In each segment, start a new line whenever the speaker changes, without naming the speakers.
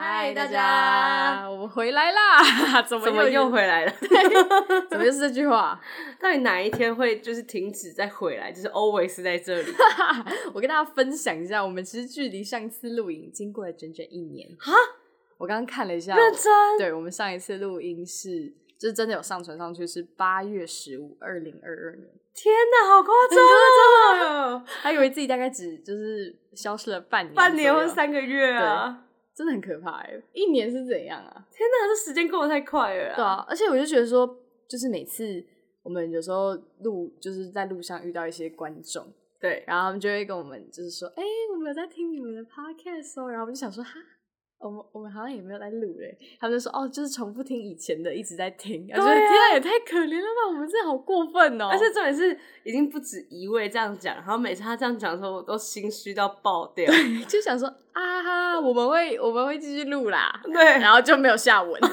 嗨，大
大家
家，我们回来啦！ 怎么
怎么又
又
回来了？
怎么又是这句话？
到底哪一天会就是停止再回来？就是 always 在这里
我跟大家分享一下，我们其实距离上次录影经过了整整一年。
哈，
我刚刚看了一下，
认真
对我们上一次录音是，就是真的有上传上去，是八月十五，二零二二年，
天哪，好夸张啊！
还以为自己大概只就是消失了半年，
半年或，三个月啊！
真的很可怕哎、一年是怎样啊？
天哪，这时间过得太快了
对
啊！
啊，而且我就觉得说，就是每次我们有时候路就是在路上遇到一些观众，
对，
然后他们就会跟我们就是说，哎、我们有在听你们的 podcast 哦，然后我们就想说，哈，我们我们好像也没有在录嘞，他们就说，哦，就是重复听以前的，一直在听，然后觉得
对啊
天啊，也太可怜了吧，我们真的好过分哦，
而且重点是已经不止一位这样讲，然后每次他这样讲的时候，我都心虚到爆掉。
就想说啊哈，我们会我们会继续录啦，
对，
然后就没有下文，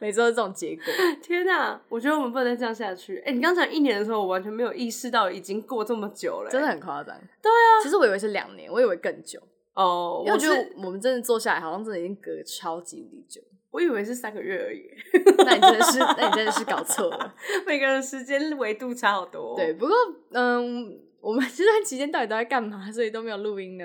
每次都是这种结果，
天哪，我觉得我们不能再这样下去。哎，你刚讲一年的时候，我完全没有意识到已经过这么久了。
真的
哎
很夸张。对啊，其实我以为是两年，我以为更久。
哦，
因为
我
我觉
觉得
得我们真的坐下来，好像真的已经隔超级无敌久。
我以为是三个月而已。
那你真的是，那你真的是搞错了。
每个人时间维度差好多、
对，，不过嗯，我们这段期间到底都在干嘛，所以都没有录音呢？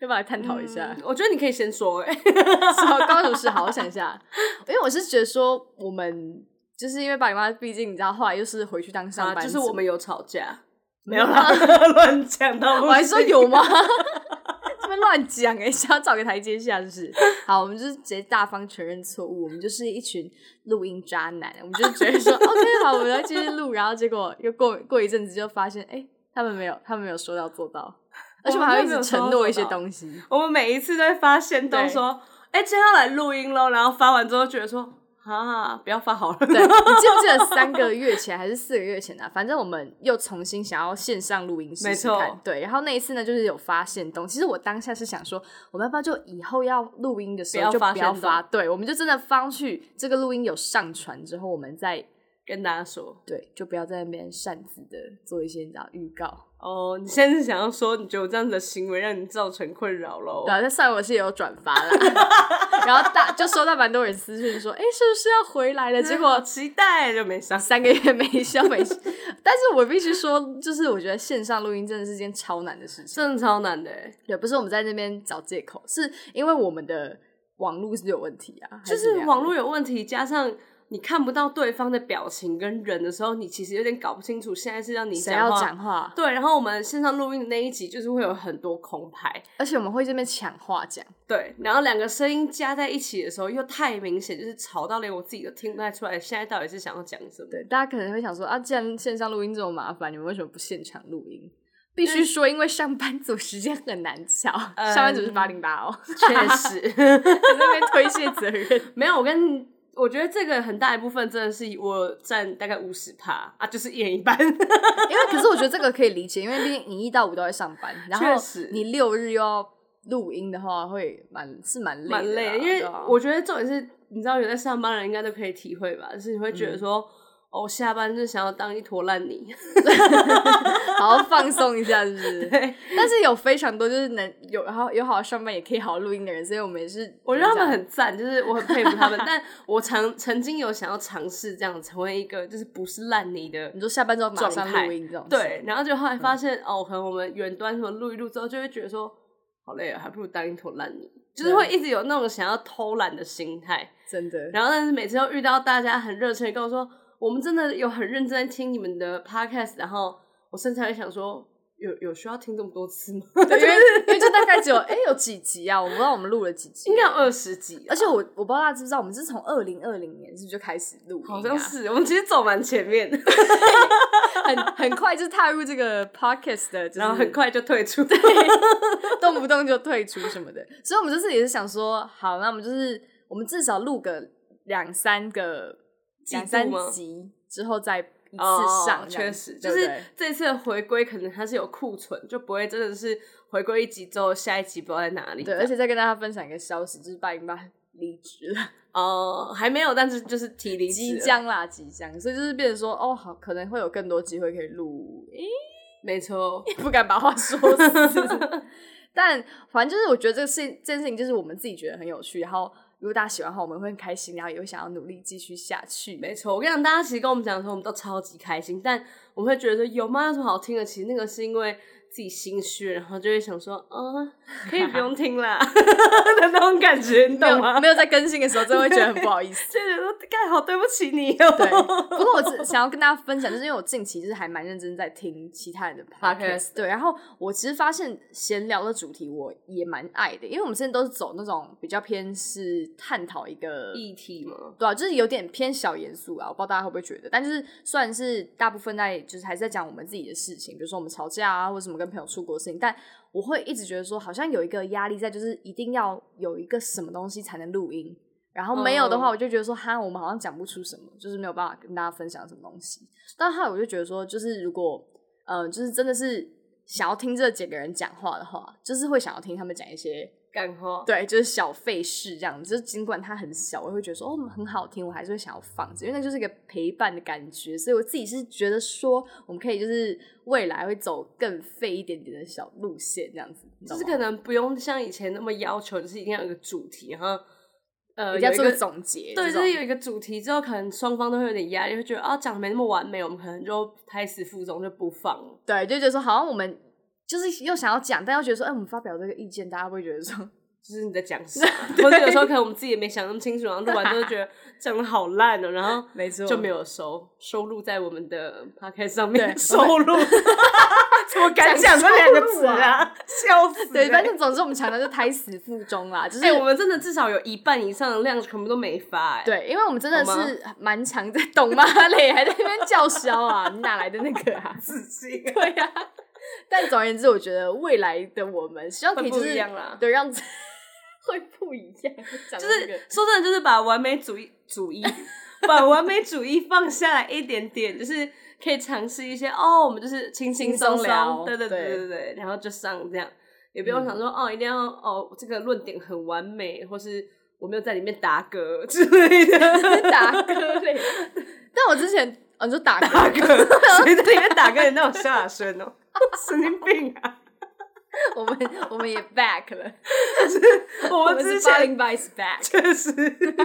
要不要来探讨一下
嗯？我觉得你可以先 说、欸，
什么高手是好，我想一下，因为我是觉得说我们就是因为爸你妈，毕竟你知道，后来又是回去当上
啊，
班
就
族，
是我们有吵 架，没有啦，乱讲到
我还说有吗？ 这边乱讲哎，想要找个台阶下是不是？好，我们就是直接大方承认错误，我们就是一群录音渣男，我们就觉得说 OK 好，我们要继续录，然后结果又过过一阵子就发现，哎、他们没有，他们没有说到做到，而且我们还会一直承诺一些东西，
我们每一次都会发现，都说，哎、今天要来录音喽，然后发完之后觉得说，啊，不要发好了，
对， 你记不记得三个月前还是四个月前啊？反正我们又重新想要线上录音试试
没
看
错。
对，然后那一次呢，就是有发现东。其实我当下是想说，我们要不要就以后要录音的时候就
不要发
不要
现
发？对，我们就真的放去这个录音有上传之后，我们再
跟大家说，
对，就不要在那边擅自的做一些你知道预告。
哦，你现在是想要说，你觉得我这样子的行为让你造成困扰喽
对？啊，在上我是也有转发啦， 然后大就收到蛮多人私信说，哎、是不是要回来了？结
结
果
果期待就没上，
三个月没消没息， 但是我必须说，就是我觉得线上录音真的是件超难的事情。
真的超难的、欸，
也不是我们在那边找借口，是因为我们的网络是有问题啊，还
就是
怎么
是
样
网络有问题，加上。你看不到对方的表情跟人的时候，你其实有点搞不清楚现在是让你
谁
讲
要
话
讲话，
对，然后我们线上录音的那一集就是会有很多空拍，
而且我们会这边抢话讲，
对，然后两个声音加在一起的时候又太明显，就是吵到连我自己都听不太出来，现在到底是想要讲什么。
对，大家可能会想说啊，既然线上录音这么麻烦，你们为什么不现场录音？必须说，因为上班族时间很难瞧，
嗯
上班族是八零八哦，
确实，
在那边推卸责任。
没有我跟我觉得这个很大一部分真的是我占大概五十趴啊，就是一人一半。
因为可是我觉得这个可以理解，因为毕竟你一到五都在上班，然后
确实
你六日又要录音的话，会蛮是蛮累的啦，
蛮累的，因为
对啊
我觉得重点是，你知道有在上班的人应该都可以体会吧，就是你会
嗯
觉得说，哦，我下班就想要当一坨烂泥，
好好放松一下，是不是？
对
但是有非常多就是能有然后有好好上班也可以好好录音的人，所以我们也是
我觉得他们
怎么
很赞，就是我很佩服他们。但我曾曾经有想要尝试这样成为一个就是不是烂泥的
讲你说下班之后马上
状态
录音这种事
对，，然后就后来发现、哦，可能我们远端什么录一录之后，就会觉得说好累啊，还不如当一坨烂泥，就是会一直有那种想要偷懒的心态。
真的。
然后但是每次都遇到大家很热情的跟我说，我们真的有很认真在听你们的 podcast，然后我甚至还会想说，有有需要听这么多次吗？
对因为因为就大概只有哎、有几集啊，我不知道我们录了几集，
应该有二十集啊、
而且我我不知道大家知不知道，我们是从二零二零年是不是就开始录音啊、
好像是我们其实走蛮前面的。
很很快就踏入这个 podcast 的，就是、
然后很快就退出。
动不动就退出什么的。所以我们这次也是想说，好，那我们就是我们至少录个两三个
季度
两三
吗
集之后再一
哦
次上这
确
样子，对
实就
不
是
对
这次的回归，可能它是有库存，就不会真的是回归一集之后，下一集不知道在哪里这
对，
样。
而且再跟大家分享一个消息，就是八零八离职了，
哦、还没有，但是就是提离职
即
了
将啦，即将，所以就是变成说，哦，好，可能会有更多机会可以录，诶
没错，
不敢把话说死。 但反正就是我觉得这个事这件事情就是我们自己觉得很有趣，然后如果大家喜欢的话，我们会很开心，然后也会想要努力继续下去。
没错，我跟你讲，大家其实跟我们讲的时候，我们都超级开心，但我们会觉得说有吗？有什么好听的？其实那个是因为自己心虚，然后就会想说，嗯，可以 不用听啦的那种感觉，你
没
懂吗
有？没有在更新的时候，真的会觉得很不好意思。
就觉得说干好对不起你哦。
对， 不过我只想要跟大家分享，就是因为我近期就是还蛮认真在听其他 人的 podcast，
Podcast
对，然后我其实发现闲聊的主题我也蛮爱的，因为我们之前都是走那种比较偏是探讨一个
议题嘛，
对啊，就是有点偏小严肃啊，我不知道大家会不会觉得，但就是算是大部分在就是还是在讲我们自己的事情，比如说我们吵架啊，或者什么跟朋友出国的事情，但我会一直觉得说好像有一个压力在，就是一定要有一个什么东西才能录音，然后没有的话，
嗯
我就觉得说、哈，我们好像讲不出什么，就是没有办法跟大家分享什么东西。但后来我就觉得说，就是如果呃，就是真的是想要听这几个人讲话的话，就是会想要听他们讲一些
干话。
对，就是小费事这样，就是尽管它很小，我会觉得说哦很好听，我还是会想要放着，因为那就是一个陪伴的感觉。所以我自己是觉得说，我们可以就是未来会走更废一点点的小路线这样子，你
就
懂
是
吗
可能不用像以前那么要求，就是一定要有个主题，然后呃，
比较
有一
做个总结，这
对，就是
种
有一个主题之后，可能双方都会有点压力，会觉得啊讲的没那么完美，我们可能就胎死腹中就不放了。
对，就觉得说好像我们就是又想要讲，但又觉得说，哎、我们发表这个意见，大家会不会觉得说，
就是你在讲 啥，或者有时候可能我们自己也没想那么清楚，然后录完之后就觉得讲的好烂哦、然 后
没错
就没有收收录在我们的 podcast 上
对
面收录，怎么敢讲这两个词啊？笑死、欸！
对，反正总之我们常常就胎死腹中啦，就是、
哎、我们真的至少有一半以上的量全部都没发、哎，
对，因为我们真的
好吗
是蛮常在懂吗嘞， 还在那边叫嚣啊，你哪来的那个啊？
自 信
对呀、但总而言之，我觉得未来的我们希望可以就
会
是
不一样啦
对，让 会不一样，讲
就
到
是
这个
说真的，就是把完美主义主义，把完美主义放下来一点点，就是可以尝试一些哦，我们就是轻轻松
轻松聊
松，对对对
对嗯
对对对，然后就上这样，也不用想说、哦，一定要哦，这个论点很完美，或是我没有在里面打嗝 之类的。
打嗝嘞。 但我之前，哦，你说打
打
嗝，
嗝，谁在里面打嗝？你那种萧亚轩哦，神经病 啊！
我们我们也 back 了，
我
们
们之
是八
前
零八 is back。
确实，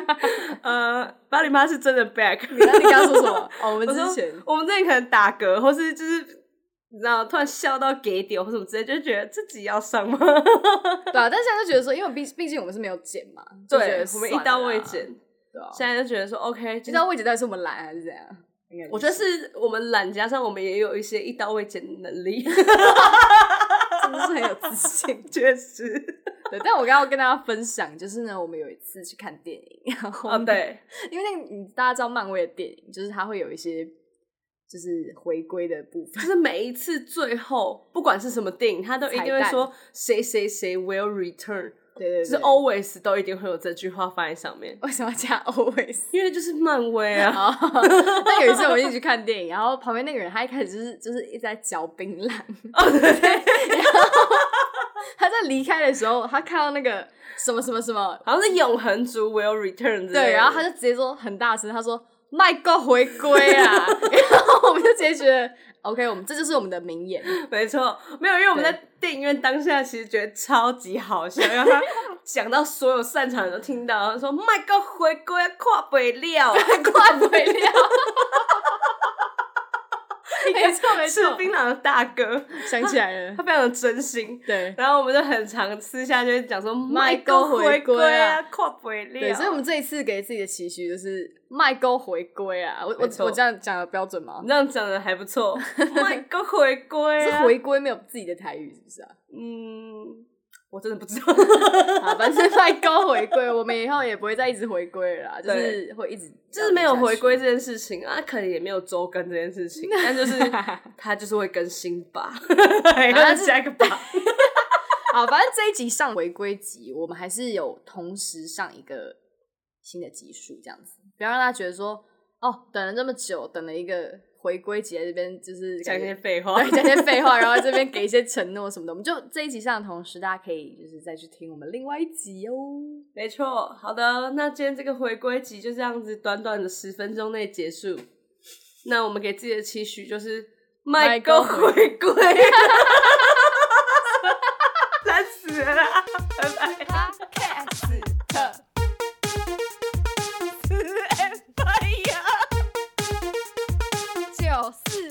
呃，八零八是真的 back。
你刚你刚刚说什么？哦，我们
我
之
说
前
我们之前可能打嗝，或是就是你知道突然笑到给丢或什么之类，就觉得自己要上吗？
对啊，但现在就觉得说，因为毕毕竟我们是没有剪嘛，就觉得
我们
算
一
了
刀未
啦，
剪，
对啊，
现在就觉得说 OK，
一
就是
刀未剪到底是我们懒还是怎样？应该
我觉得是我们懒，加上我们也有一些一刀未剪的能力，
真 的是很有自信。
确 实。
对，但我刚刚要跟大家分享，就是呢，我们有一次去看电影，然后
哦，对，
因为那个你大家知道漫威的电影，就是它会有一些就是回归的部
就
分，
是每一次最后不管是什么电影，他都一定
彩
会
蛋
说谁谁谁 will return，
对对
就
对，
是 always 都一定会有这句话放在上面，
为什么要加 always？
因为就是漫威啊，
啊！但有一次我们一起去看电影，然后旁边那个人他一开始就是就是一直在嚼槟榔，
哦对，
他在离开的时候，他看到那个什么什么什么，
好像是永恒族 will return，之类
对，
的
然后他就直接说很大声，他说 “My God 回归啊！” 然后我们就直接觉得 OK，我们这就是我们的名言，
没错，没有，因为我们
对
在电影院当下其实觉得超级好笑，然后他讲到所有散场人都听到，然后说 “My God，回归跨北料，
怪不了。没错没
吃
错，
槟榔的大哥，
想起来了
他，非常的真心。
对
然后我们就很常私下就会讲说
My
“My
God，
God，
回
回
归
归
啊
啊，跨北料”，
对，所以我们这一次给自己的期许就是麦勾回归啊！我我
没错
我这样讲的标准吗
你？这样讲的还不错 ，“My God，回归、
是
啊”，
回归没有自己的台语是不是啊？
嗯，我真的不知道，
好，反正麦勾回归，我们以后也不会再一直回归了啦，就是会一直
就是没有回归
这
这件事情啊，可能也没有周更这件事情，但就是
样下去。
他就是会更新吧，
后
然
就是
后加一个吧。
好，反正这一集上回归集，我们还是有同时上一个新的集数，这样子，不要让大家觉得说哦，等了这么久，等了一个回归集在这边就是
讲
感
一
觉
些废 话。
对，讲些废话，然后这边给一些承诺什么的。我们就这一集上的同时，大家可以就是再去听我们另外一集哦。
没错。好的，那今天这个回归集就这样子，短短的十分钟内结束。那我们给自己的期许就是麦
Michael
哥回归，三十。学啦，拜拜。
Podcast 的
哎呀。
九四